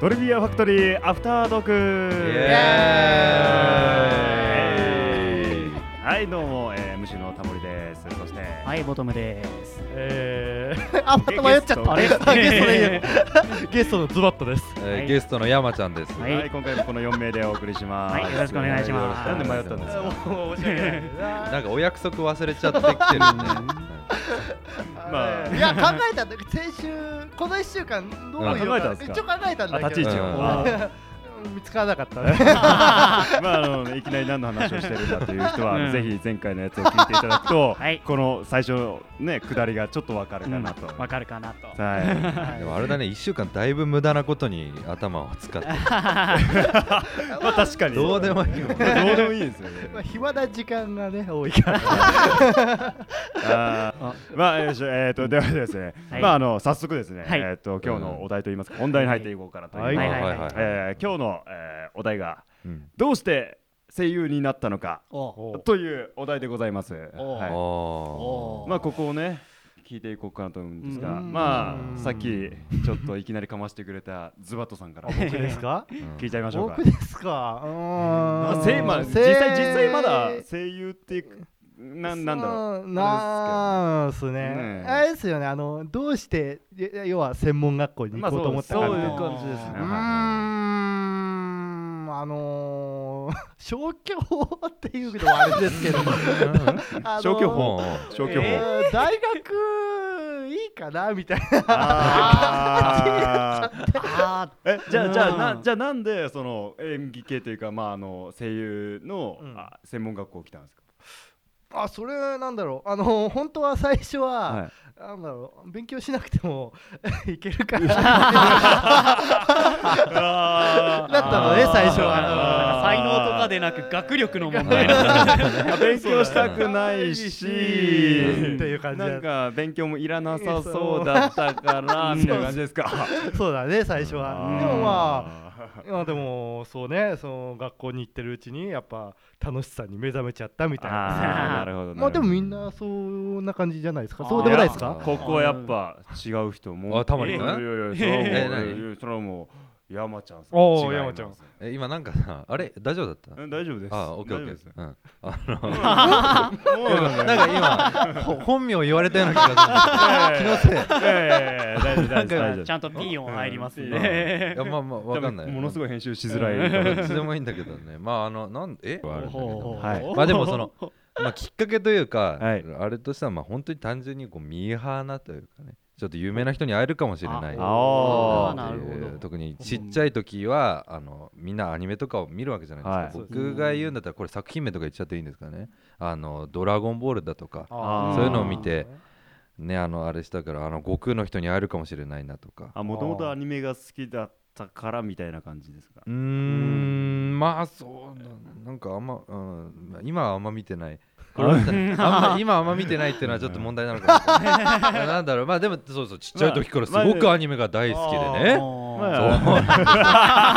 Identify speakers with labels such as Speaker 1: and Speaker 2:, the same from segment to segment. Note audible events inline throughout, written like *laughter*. Speaker 1: ドルビアファクトリーアフタートーク
Speaker 2: エ
Speaker 1: はいどうも、えー、虫のタモリですそして、
Speaker 3: はい、ボトムです。
Speaker 2: え
Speaker 4: *laughs* あ、また迷っちゃった。
Speaker 1: ゲ
Speaker 4: ゲ
Speaker 1: ス
Speaker 4: ス
Speaker 1: ト
Speaker 4: トで言う。ゲストのズバットです。
Speaker 2: ー
Speaker 3: はい
Speaker 2: ゲストの山ちゃんです。
Speaker 3: は
Speaker 1: はい、
Speaker 3: い、
Speaker 1: 今回もこの4名でお送りします、
Speaker 3: はいよろしくお願いします
Speaker 1: なんで迷ったんですか
Speaker 4: もう申し訳ない。
Speaker 2: なんかお約束忘れちゃってきて
Speaker 1: *laughs*
Speaker 2: るね。
Speaker 1: まあ
Speaker 4: いや、考えたんだけど、先週、この一週間、どういう
Speaker 1: 考えたんですか
Speaker 4: 一応考えたんだ
Speaker 1: あ立ち
Speaker 4: け
Speaker 1: 位置
Speaker 4: ど
Speaker 1: を、
Speaker 2: うん
Speaker 1: あー
Speaker 4: うん見つからなかったね。
Speaker 1: *laughs* まああのいきなり何の話をしてるんだという人は、
Speaker 3: *laughs* うん
Speaker 1: ぜひ前回のやつを聞いていただくと、
Speaker 3: *laughs* はい
Speaker 1: この最初のね下りがちょっとわかるかなと、
Speaker 3: わかるかなと。
Speaker 1: はい
Speaker 3: はい
Speaker 2: でもあれだね、一週間だいぶ無駄なことに頭を使って、
Speaker 1: まあ確かに
Speaker 2: どうでもいいもん
Speaker 1: どう
Speaker 2: ね。
Speaker 1: でもいいですよね
Speaker 4: まあ暇な時間がね、多いから。
Speaker 1: あーまあ、えーしえーと、ではですね、
Speaker 3: はい
Speaker 1: まあ、あの、早速ですね、
Speaker 3: はい
Speaker 1: えっと、今日のお題といいますか、本題に入っていこうかなと思い
Speaker 3: は
Speaker 1: ま
Speaker 3: い
Speaker 1: す。
Speaker 3: はいはい
Speaker 2: はい
Speaker 1: えー今日の、えーお題が、
Speaker 2: うん
Speaker 1: どうして声優になったのか
Speaker 3: お
Speaker 1: というお題でございます。は
Speaker 2: お
Speaker 1: い、まあ、ここをね。聞いていこうかなと思うんですが、
Speaker 4: うん
Speaker 1: ま
Speaker 2: う
Speaker 1: あ
Speaker 2: ん
Speaker 1: さっきちょっといきなりかましてくれたズバットさんから
Speaker 4: 僕ですか
Speaker 2: ーうん
Speaker 1: 聞いちゃいましょうか
Speaker 4: 僕。ですか。うー
Speaker 1: ま
Speaker 4: ん
Speaker 1: あ、せいまあ実
Speaker 4: せい
Speaker 1: 際実際まだ声優ってなんなんだろう。
Speaker 4: うなんすね
Speaker 1: ねえ
Speaker 4: あれですよねあのどうしていや要は専門学校に行こうと思ったか
Speaker 1: まあ
Speaker 4: み
Speaker 1: そう
Speaker 4: たいな
Speaker 1: いう感じですね。
Speaker 4: うーんあのー、 *laughs* 消去法っていうのもあれで
Speaker 1: *laughs*
Speaker 4: すけどあのー
Speaker 1: 消去法
Speaker 2: おー
Speaker 1: 消去法。
Speaker 4: えー大学いいかなみたい
Speaker 1: あー
Speaker 3: あ
Speaker 1: えじゃあじゃあ
Speaker 3: う
Speaker 1: なんじゃあなんでその演技系というかまああの声優の、
Speaker 4: うん
Speaker 1: あ専門学校来たんですか。
Speaker 4: *laughs* なあそれなんだろうあのー、本当は最初は、
Speaker 1: はい
Speaker 4: なんだろう勉強しなくても *laughs* いける
Speaker 2: *laughs*
Speaker 4: かな
Speaker 1: だ
Speaker 4: だったのね最初は
Speaker 3: あ才能とかでなく学力の問題なんだ
Speaker 1: 勉強したくないし
Speaker 4: そうだねっていう感じだ
Speaker 1: なんか勉強もいらなさそうだったからみたいな感じですか。
Speaker 4: そうだね最初はでもまあ
Speaker 1: あ
Speaker 4: まあでもそうねその学校に行ってるうちにやっぱ楽しさに目覚めちゃったみたい
Speaker 1: あ
Speaker 4: な
Speaker 1: ーなるほど。
Speaker 4: まあでも
Speaker 1: なる
Speaker 4: みんなそんな感じじゃないですか
Speaker 3: あー
Speaker 4: そ
Speaker 1: ほ
Speaker 4: う
Speaker 1: ど
Speaker 4: でもないですか
Speaker 1: やここはやっぱ違う人も。
Speaker 2: あタモリ
Speaker 1: い
Speaker 2: 君
Speaker 1: やいやいやそれはも
Speaker 2: え
Speaker 1: ういやそれはもう山ちゃんさん。
Speaker 4: おー
Speaker 1: 違いま
Speaker 4: 山
Speaker 1: す
Speaker 4: ちゃん。
Speaker 2: *laughs* え今なんか *laughs* さ、あれ大丈夫だった？
Speaker 1: うん大丈夫です。
Speaker 2: あー、オッケーオッケー。うん。あの
Speaker 1: 大丈夫です。もうなんか
Speaker 2: なんか今ほ本名言われたような気が
Speaker 1: 気のせいやいやいや。大丈夫大丈夫大丈夫。
Speaker 3: ちゃんとピー音入ります
Speaker 2: する。
Speaker 3: ね。
Speaker 2: いやまあまあわかんない。
Speaker 1: ものすごい編集しづ
Speaker 2: うん
Speaker 4: *laughs*
Speaker 2: ど
Speaker 1: ら
Speaker 2: っ
Speaker 1: い。
Speaker 2: ちでもいいんだけどね。まああのなんえはあるんだけど。
Speaker 1: はい
Speaker 2: まあでもそ
Speaker 3: *laughs*
Speaker 2: のまあきっかけというか、
Speaker 1: はい
Speaker 2: あれとしてはまあ本当に単純にこうミーハーなというかね。ちょっと有名な人に会えるかもしれない。
Speaker 1: あおー
Speaker 3: あーなるほ
Speaker 2: えー
Speaker 3: ど。
Speaker 2: 特にちっちゃい時はあのみんなアニメとかを見るわけじゃないですか、
Speaker 1: はい
Speaker 2: 僕が言うんだったらこれ作品名とか言っちゃっていいんですかね「あのドラゴンボール」だとか
Speaker 1: あー
Speaker 2: そういうのを見てねあのあれしたからあの悟空の人に会えるかもしれないなとか
Speaker 1: あ、もともとアニメが好きだったからみたいな感じですか。
Speaker 2: うーんまあそうだなんかあんま、うん、まあ今はあんま見てないこれはあん
Speaker 1: *laughs*
Speaker 2: ま今はあんま見てないっていうのはちょっと問題なのかもしれないなんだろうまあでもそうそうちっちゃい時からすごくアニメが大好きでね、
Speaker 3: ね
Speaker 2: そうなんです
Speaker 1: そう
Speaker 2: よそうそうそうそうそうい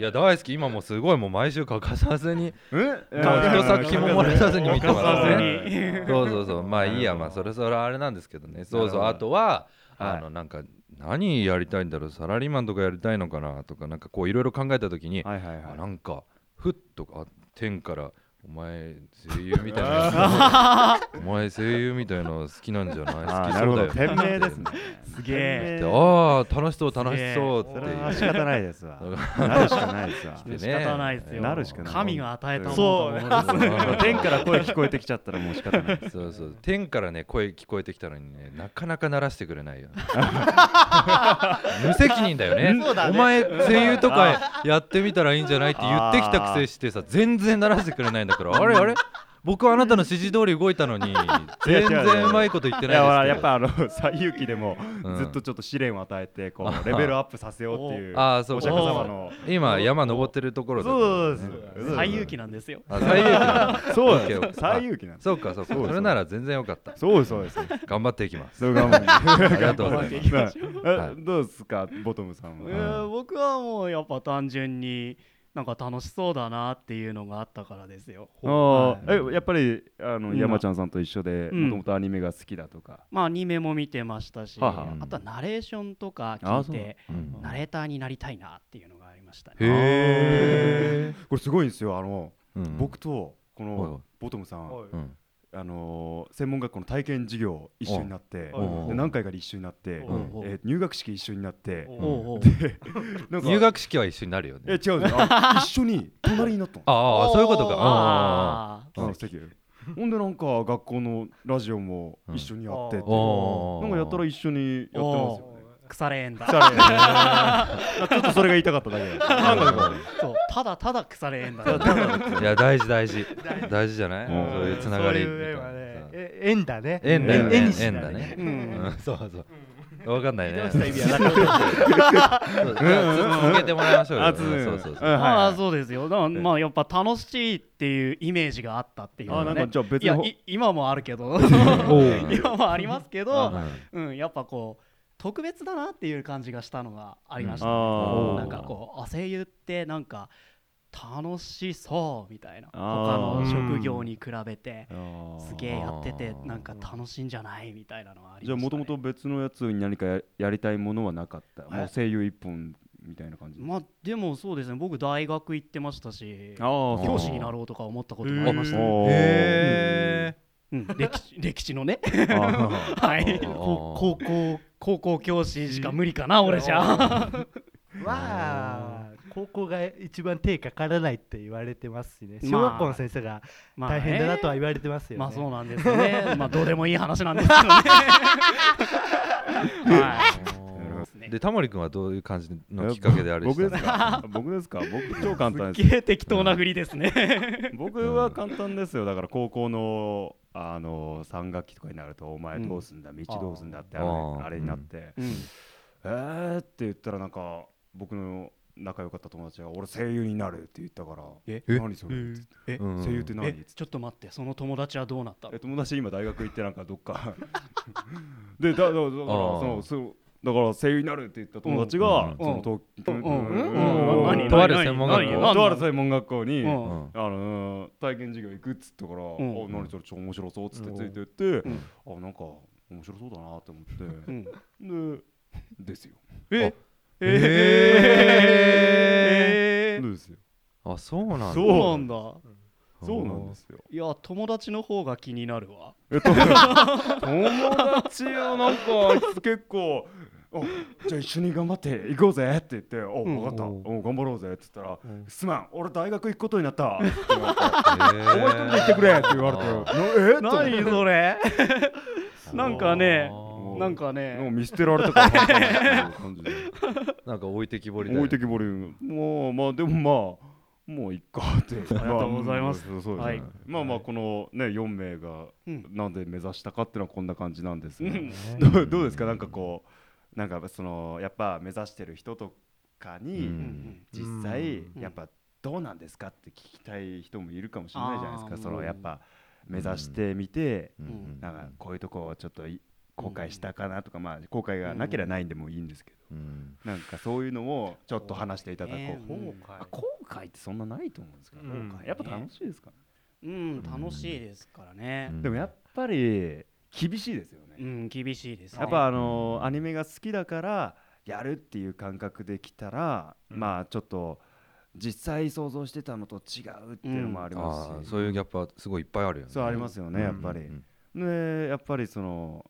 Speaker 2: や大好き今もうすごいもう毎週欠かさずに
Speaker 1: え
Speaker 2: 一先も漏らさずに見てます
Speaker 1: 欠かさず
Speaker 3: に
Speaker 2: そうそうそうまあいいやまあそれそれあれなんですけどねそ
Speaker 1: な
Speaker 2: うそう
Speaker 1: るほど
Speaker 2: あとは
Speaker 1: はい
Speaker 2: あのなんか何やりたいんだろうサラリーマンとかやりたいのかなとかなんかこういろいろ考えた時に
Speaker 1: はいはい
Speaker 2: あ
Speaker 1: は
Speaker 2: なんかふっとあ天からお前声優みたいな
Speaker 1: *laughs*
Speaker 2: やつお前声優みたいなの好きなんじゃない
Speaker 1: い。あ
Speaker 2: 好き
Speaker 1: な
Speaker 2: そ
Speaker 1: る
Speaker 2: う
Speaker 1: ほ
Speaker 2: だ
Speaker 1: ど。
Speaker 2: よ
Speaker 1: 店
Speaker 4: *laughs*
Speaker 1: 名ですね。
Speaker 3: すげえ。
Speaker 2: でああ楽しそう楽しそうっ
Speaker 1: そ
Speaker 2: ていう
Speaker 1: れは仕方ないです
Speaker 2: *laughs*
Speaker 1: わ。なるしかないですわ。
Speaker 2: でね
Speaker 3: 仕方ないですよ。
Speaker 1: なるしかない
Speaker 3: 神が与えたもの
Speaker 4: そう
Speaker 3: だと思うんです
Speaker 1: あの *laughs* 天から声聞こえてきちゃったらもう仕方ない。
Speaker 2: そうそう天からね声聞こえてきたのにねなかなか鳴らしてくれないよ、ね、無責任だよね
Speaker 4: そうだね
Speaker 2: お前声優とかやってみたらいいんじゃないって言ってきたくせしてさ全然鳴らしてくれないんだからあれあれ僕はあなたの指示通り動いたのに全然うまいこと言って
Speaker 1: い
Speaker 2: ないですけ
Speaker 1: や
Speaker 2: ど
Speaker 1: まあやっぱあの *laughs* 最有機でも
Speaker 2: うん
Speaker 1: ずっとちょっと試練を与えてこうレベルアップさせようっていう
Speaker 2: ああそう
Speaker 1: お釈迦様の
Speaker 2: 今山登ってるところだった
Speaker 1: そうです
Speaker 3: よ最有機なんですよ。
Speaker 2: あ最有機なんだ
Speaker 1: そう
Speaker 2: オッケーオッ
Speaker 1: で
Speaker 2: ケ
Speaker 1: す
Speaker 2: ー
Speaker 1: 最有機なんです
Speaker 2: そうかそうか
Speaker 1: そうです
Speaker 2: それなら全然よかった
Speaker 1: そうですそうです
Speaker 2: 頑張っていきます
Speaker 1: そう頑張
Speaker 2: あ
Speaker 1: り
Speaker 2: りがとうございます
Speaker 1: ますえどうですかボトムさん
Speaker 3: え
Speaker 1: は
Speaker 3: ー僕はもうやっぱ単純になんか楽しそうだなっていうのがあったからですよ。
Speaker 1: ああ、
Speaker 2: はい
Speaker 1: えやっぱりあの
Speaker 3: 今
Speaker 1: 山ちゃんさんと一緒で
Speaker 3: うん
Speaker 1: もともとアニメが好きだとか、
Speaker 3: まあアニメも見てましたし、
Speaker 1: はあは
Speaker 2: あ
Speaker 3: あとはナレーションとか
Speaker 1: ああ
Speaker 3: 聞いて
Speaker 2: うん
Speaker 3: ナレーターになりたいなっていうのがありましたね。
Speaker 2: へえ
Speaker 1: これすごいんですよあの、
Speaker 2: うん
Speaker 1: 僕とこ
Speaker 2: はいはい
Speaker 1: のボトムさん、
Speaker 4: はい
Speaker 2: うん
Speaker 1: あのー専門学校の体験授業一緒になって
Speaker 4: おう
Speaker 1: で何回か一緒になって、
Speaker 4: お
Speaker 2: う
Speaker 3: おう
Speaker 1: えー入学式一緒になって
Speaker 4: お
Speaker 3: おうおう
Speaker 1: なんか
Speaker 2: 入学式は一緒になるよ
Speaker 1: え
Speaker 2: ね
Speaker 1: 違うんですよあ一緒に隣になったの
Speaker 2: *laughs* ああそういうことかあ
Speaker 1: あ
Speaker 3: あ
Speaker 1: の席ほんでなんか学校のラジオも一緒にやってて、
Speaker 2: あああ
Speaker 1: なんかやったら一緒にやってますよね
Speaker 3: あ腐れ縁だ。
Speaker 1: ちょっとそれが言いたかっただけ
Speaker 2: なんか
Speaker 3: そうただただ腐れ縁だ。
Speaker 2: いや大事大事大事じゃない
Speaker 1: うん
Speaker 2: そういうつながり
Speaker 4: そう
Speaker 2: みたい
Speaker 4: いう縁
Speaker 2: な
Speaker 4: はね
Speaker 2: さ
Speaker 4: え縁だね
Speaker 2: 縁だよね
Speaker 4: 縁にしない
Speaker 2: 縁だね
Speaker 3: うん
Speaker 2: うんそうそうわかんないね
Speaker 4: 意味はなく
Speaker 1: *laughs*
Speaker 2: そうじゃあ続けてもらいましょうよ
Speaker 1: あ続けて
Speaker 2: そうそうそう
Speaker 1: うんはい
Speaker 3: ああそうですよ。だからまあやっぱ楽しいっていうイメージがあったっていう
Speaker 1: あ
Speaker 3: の
Speaker 1: なん
Speaker 3: ね
Speaker 1: か。じゃあ別
Speaker 3: い
Speaker 1: に
Speaker 3: や
Speaker 1: ほ
Speaker 3: い今もあるけど
Speaker 2: おう
Speaker 3: *laughs* 今もありますけ
Speaker 1: あ
Speaker 3: ど
Speaker 2: う、ん
Speaker 3: うん、やっぱこう特別だなっていう感じがしたのがありました、
Speaker 1: うんあ
Speaker 2: ー
Speaker 3: なんかこうあ声優ってなんか楽しそうみたいな他
Speaker 1: あ
Speaker 3: の
Speaker 1: ー
Speaker 3: 職業に比べて
Speaker 1: あー
Speaker 3: すげえやってて
Speaker 2: あー
Speaker 3: なんか楽しいんじゃないみたいなのはあり
Speaker 1: じゃあ
Speaker 3: まし
Speaker 1: も
Speaker 3: た、
Speaker 1: と
Speaker 3: ね、
Speaker 1: もと別のやつに何かややりたいものはなかった
Speaker 3: え
Speaker 1: もう声優一本みたいな感じ
Speaker 3: まあでもそうですね僕大学行ってましたし
Speaker 1: あー
Speaker 3: 教師になろうとか思ったこともありました、ね
Speaker 1: おー
Speaker 2: へえ
Speaker 3: うん、歴史 *laughs* 歴史のね
Speaker 1: あ
Speaker 3: はい
Speaker 2: ー
Speaker 3: こ高校高校教師しか無理かな俺じゃ
Speaker 4: わあ高校が一番手かからないって言われてますしね
Speaker 3: まあ
Speaker 4: 小学校の先生が
Speaker 3: *laughs* まあね
Speaker 4: 大変だなとは言われてますよね
Speaker 3: まあそうなんですよね。まあどうでもいい話なんですけどね。は
Speaker 2: ーでタモリ君はどういう感じ
Speaker 1: *laughs*
Speaker 2: のきっかけであれした
Speaker 1: 僕
Speaker 2: の
Speaker 1: ですか僕ですか *laughs* 僕超簡単
Speaker 3: い。
Speaker 1: ですす
Speaker 3: っげえ適当な振りですね。
Speaker 1: 僕は簡単ですよだから高校のあの3学期とかになるとお前どうすんだ道どうすんだってあ
Speaker 2: あ
Speaker 1: の
Speaker 2: ー
Speaker 1: あれになってえーって言ったらなんか僕の仲良かった友達が俺声優になるって言ったから
Speaker 3: え
Speaker 1: 何それって
Speaker 3: え
Speaker 2: うん
Speaker 1: 声優って何っ
Speaker 3: え
Speaker 1: て
Speaker 3: ちょっと待ってその友達はどうなったの
Speaker 1: え？友達今大学行ってなんかどっか *laughs* でだだだからそのそうだから声優になるって言った友達が、
Speaker 2: うん
Speaker 1: その東京
Speaker 3: うんうんうん
Speaker 2: うん
Speaker 3: 何何
Speaker 2: とある専門学校
Speaker 3: 何
Speaker 1: とある
Speaker 3: 何
Speaker 1: 専門学校に、
Speaker 3: う
Speaker 1: あ
Speaker 3: ん
Speaker 2: うん
Speaker 1: のー体験授業行くっつったから、
Speaker 3: ん
Speaker 1: あ何それ超面白そうっつってついてって、
Speaker 3: ん
Speaker 1: あなんか面白そうだなと思って、
Speaker 3: うん
Speaker 1: でですよ
Speaker 3: え
Speaker 2: え
Speaker 3: えー
Speaker 1: ですよ
Speaker 2: あそうなんだ
Speaker 1: そ
Speaker 3: そうなんだ。
Speaker 1: そうなんですよ
Speaker 3: いや友達の方が気になるわ。
Speaker 1: えっと *laughs* 友達をなんかあいつ結構あじゃあ一緒に頑張って行こうぜって言って「お
Speaker 3: うん
Speaker 1: 分かった
Speaker 4: うん
Speaker 1: お頑張ろうぜ」って言ったら
Speaker 4: うん
Speaker 1: 「すまん俺大学行くことになった」って言われて「
Speaker 2: 思い
Speaker 1: 思い込んで行ってくれ」って言われてな「えっ?」と思って
Speaker 3: 何それ？なんかね
Speaker 1: う
Speaker 3: なんか
Speaker 1: もう
Speaker 3: ね。
Speaker 1: 見捨てられたからなっていう感じで
Speaker 2: なんか置いてきぼりだよ
Speaker 1: 置いてきぼりもうまあでもまあもういっかってあり
Speaker 3: がとうございます
Speaker 1: そうです
Speaker 3: は
Speaker 1: ね
Speaker 3: い
Speaker 1: まあまあこのね4名が
Speaker 3: うん
Speaker 1: なんで目指したかっていうのはこんな感じなんですね
Speaker 3: うん
Speaker 1: どうどうですかなんかこうなんかそのやっぱ目指してる人とか
Speaker 2: う
Speaker 3: うん
Speaker 1: に
Speaker 3: うん
Speaker 1: 実際
Speaker 3: うん
Speaker 1: やっぱどうなんですかって聞きたい人もいるかもしれないじゃないです
Speaker 3: あ
Speaker 1: か
Speaker 3: ー
Speaker 1: そ
Speaker 3: うん
Speaker 1: のやっぱ目指してみて
Speaker 2: うんうん
Speaker 1: なんかこういうとこをちょっとい後悔したかなとかまあ後悔がなければないんでもいいんですけど
Speaker 2: うん
Speaker 1: なんかそういうのをちょっと話していただこ
Speaker 3: ね
Speaker 1: う後
Speaker 3: うん
Speaker 1: 悔あ後悔ってそんなないと思うんですけど
Speaker 4: うん
Speaker 1: 後悔やっぱ楽しいですか
Speaker 3: うん楽しいですからね。
Speaker 1: でもやっぱり厳しいですよね
Speaker 3: うん厳しいですね。
Speaker 1: やっぱあのーアニメが好きだからやるっていう感覚できたら、
Speaker 4: うん
Speaker 1: まあちょっと実際想像してたのと違うっていうのもありますし、
Speaker 2: あー
Speaker 1: そ
Speaker 2: そういうギャップはすごいいっぱいあるよ
Speaker 1: う
Speaker 2: ね
Speaker 1: ありますよね、
Speaker 2: うん
Speaker 1: やっぱり。でやっぱりその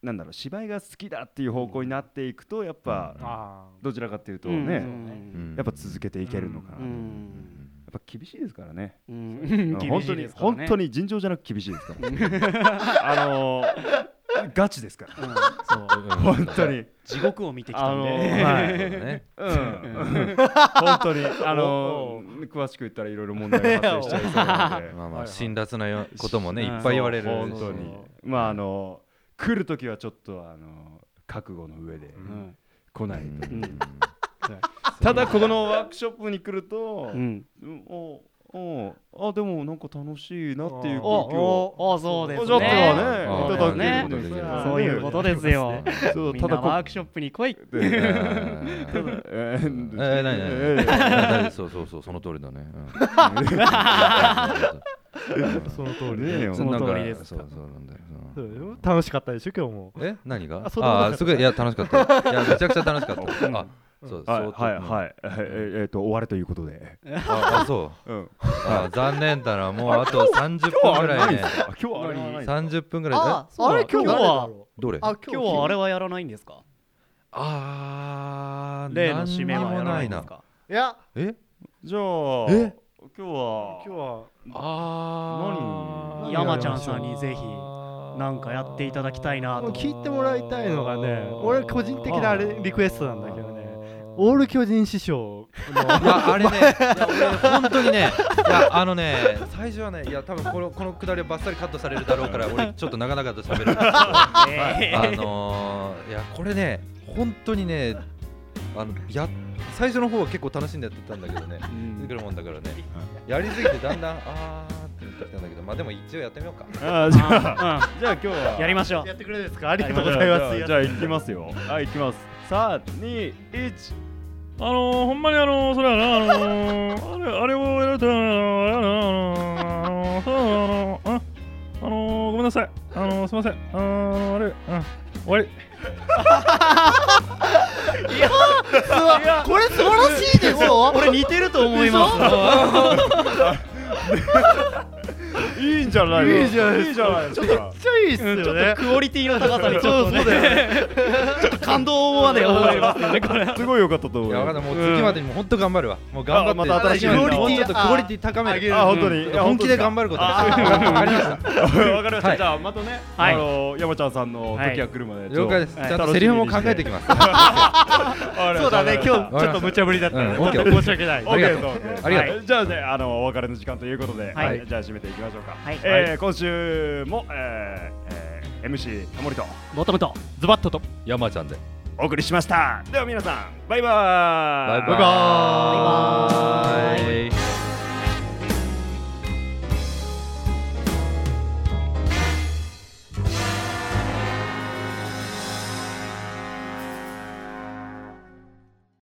Speaker 1: なんだろう芝居が好きだっていう方向になっていくとやっ
Speaker 2: うん
Speaker 1: ぱ
Speaker 4: あ
Speaker 1: どちらかっていうと
Speaker 3: うん
Speaker 1: ね、
Speaker 2: うん
Speaker 1: やっぱ続けていけるのかな、
Speaker 3: う
Speaker 1: や
Speaker 3: ん
Speaker 1: っぱ厳しいですからね。
Speaker 3: うん
Speaker 1: うん
Speaker 3: 厳
Speaker 1: 本
Speaker 3: し
Speaker 1: 当
Speaker 3: い
Speaker 1: に、
Speaker 3: ですからね
Speaker 1: 本当に尋常じゃなく厳しいです
Speaker 3: *laughs*
Speaker 1: から。あのーガチですから。
Speaker 3: うんそう
Speaker 1: 本当に。
Speaker 3: 地獄を見てきたんで、
Speaker 1: あのー
Speaker 2: はい
Speaker 1: は
Speaker 2: そ
Speaker 1: いう
Speaker 2: だね
Speaker 1: うん本
Speaker 3: *laughs*
Speaker 1: 当にあの詳しく言ったらいろいろ問題が発生しちゃい
Speaker 3: *laughs*
Speaker 1: そうな
Speaker 2: まあ
Speaker 1: の
Speaker 2: ま
Speaker 4: は
Speaker 2: あ
Speaker 4: いはい
Speaker 2: 辛辣なよこともねい
Speaker 3: うん
Speaker 2: っぱい言われ
Speaker 1: で
Speaker 2: る
Speaker 1: 本
Speaker 2: し
Speaker 1: 当にまああの来る時はちょっとあの覚悟の上で
Speaker 3: うん
Speaker 1: 来ない *laughs*
Speaker 2: うん
Speaker 1: とただこのワークショップに来ると
Speaker 3: うん
Speaker 1: うんおうんあでもなんか楽しいなっていう空気
Speaker 3: お
Speaker 1: を
Speaker 3: おおそうです
Speaker 1: ジャック
Speaker 3: ね
Speaker 1: はねいただけるんですよ
Speaker 2: あ
Speaker 3: そういうことですよ
Speaker 1: そう
Speaker 3: みん
Speaker 1: た
Speaker 3: な
Speaker 1: だこ
Speaker 3: ワークショップに来い
Speaker 1: で
Speaker 2: え
Speaker 1: え
Speaker 2: ー
Speaker 1: ーえー
Speaker 2: えー、ないない
Speaker 1: え
Speaker 2: な
Speaker 1: ー
Speaker 2: いないないそうそうそうその通りだね。
Speaker 1: *laughs*
Speaker 2: うん
Speaker 4: その通り
Speaker 1: ねえ
Speaker 4: で
Speaker 1: よ
Speaker 3: その通りです
Speaker 2: そうそうなんだよ。う
Speaker 4: そ
Speaker 2: ん
Speaker 4: うよ楽しかったでしょ今日も
Speaker 2: え何が？
Speaker 4: あそんなこと
Speaker 2: あ
Speaker 4: なかっ
Speaker 2: ー
Speaker 4: た
Speaker 2: すごいいや楽しかった。いやめちゃくちゃ楽し
Speaker 1: *laughs*
Speaker 2: かった。あそう
Speaker 1: はい
Speaker 2: そう。
Speaker 1: はいはいいえーえーえーと終わるということで
Speaker 2: ああそう。
Speaker 1: うん
Speaker 2: あ残念だなもうあと30分ぐらいね。
Speaker 1: あ今日はあれはない
Speaker 2: 30分ぐらい。
Speaker 3: あ
Speaker 2: え
Speaker 3: そうだ
Speaker 4: あれ今日
Speaker 3: 今日は
Speaker 2: どれ？
Speaker 3: あ今日はあれはやらないんですか
Speaker 2: あー
Speaker 3: 例の締めはやらないんです。か
Speaker 4: いや
Speaker 2: え？
Speaker 1: じゃあ
Speaker 2: え
Speaker 1: 今日は
Speaker 4: 今日は
Speaker 2: あ
Speaker 1: 何
Speaker 2: ー
Speaker 4: 山ちゃん
Speaker 3: さんにぜひなんかやっていただきたいなと
Speaker 4: 聞いてもらいたいのがね俺個人的なあれリクエストなんだけどねオール巨人師匠
Speaker 2: いやあれね、いや俺本当にね、いやあのね、最初はね、いや多分このこのくだりはバッサリカットされるだろう
Speaker 3: *laughs*
Speaker 2: から、俺ちょっと長々と喋るんですけど、あ
Speaker 3: え
Speaker 2: のー、いやこれね、本当にね、あのや最初の方は結構楽しんでやってたんだけどね、作るもんだからね、やりすぎてだんだんあーってなってきたんだけど、まあでも一応やってみようか。
Speaker 1: あーじゃあ
Speaker 3: ー
Speaker 1: じゃあ今日は
Speaker 3: *laughs* うんやりましょう
Speaker 4: やってくれるんですかあり
Speaker 1: じ
Speaker 4: が
Speaker 1: ゃ
Speaker 4: と
Speaker 1: あ
Speaker 4: うございます
Speaker 1: じゃあ行きますよはい行きます三二一
Speaker 5: *laughs* あのー、ほんまにあのー、それはな、あのー、あれ、あれをやられたら、あのー、あのー、あのー、そうあのー、ああのー、ごめんなさい。あのー、すいません。あのー、あれ、うん、終わり。
Speaker 6: これ素晴らしいですよ
Speaker 3: *laughs* 俺似てると思います
Speaker 1: いいんじゃないの
Speaker 4: いいじゃない
Speaker 1: いいじゃないですか
Speaker 4: ちゃいいっすよね
Speaker 3: クオリティの高さにちょっとねちょっと感動まで覚えますよねこれ
Speaker 1: すごい良かったと思
Speaker 2: い
Speaker 1: い
Speaker 2: や分かっ
Speaker 1: ま
Speaker 2: たもう次までにも本当頑張るわ。もう頑張って。
Speaker 1: あまた新しい
Speaker 2: もう
Speaker 1: クオ
Speaker 2: ち
Speaker 1: リティ
Speaker 2: ょっとクオリティ高める。
Speaker 1: すあ本当にいや
Speaker 2: 本気で頑
Speaker 1: 本
Speaker 2: 張ることです。わかりました。
Speaker 1: 当ですかわかりまし
Speaker 2: は
Speaker 1: た
Speaker 2: い
Speaker 1: じゃあまたね
Speaker 3: はい
Speaker 1: あの山ちゃんさんの時は来るまでちょっと
Speaker 2: 了解です。ち
Speaker 1: はい
Speaker 2: ゃんとセリフも考えてきます。
Speaker 1: ありがと
Speaker 4: そうだね
Speaker 1: ございま
Speaker 4: 今日
Speaker 1: す
Speaker 4: ちょっと無茶ぶりだったね
Speaker 2: うんオッケー
Speaker 4: 申し訳ない
Speaker 1: オッケーと
Speaker 2: ありがとう
Speaker 1: はいじゃあねあのお別れの時間ということで、
Speaker 3: はい
Speaker 1: はいじゃあ締めていきましょうか、
Speaker 3: はい
Speaker 1: えー今週も、えーえー MC タモリと
Speaker 3: もともと
Speaker 5: ズバッとと。
Speaker 2: 山ちゃんで。
Speaker 1: お送りしましたでは皆さんバイバーイ
Speaker 2: バイバーイ。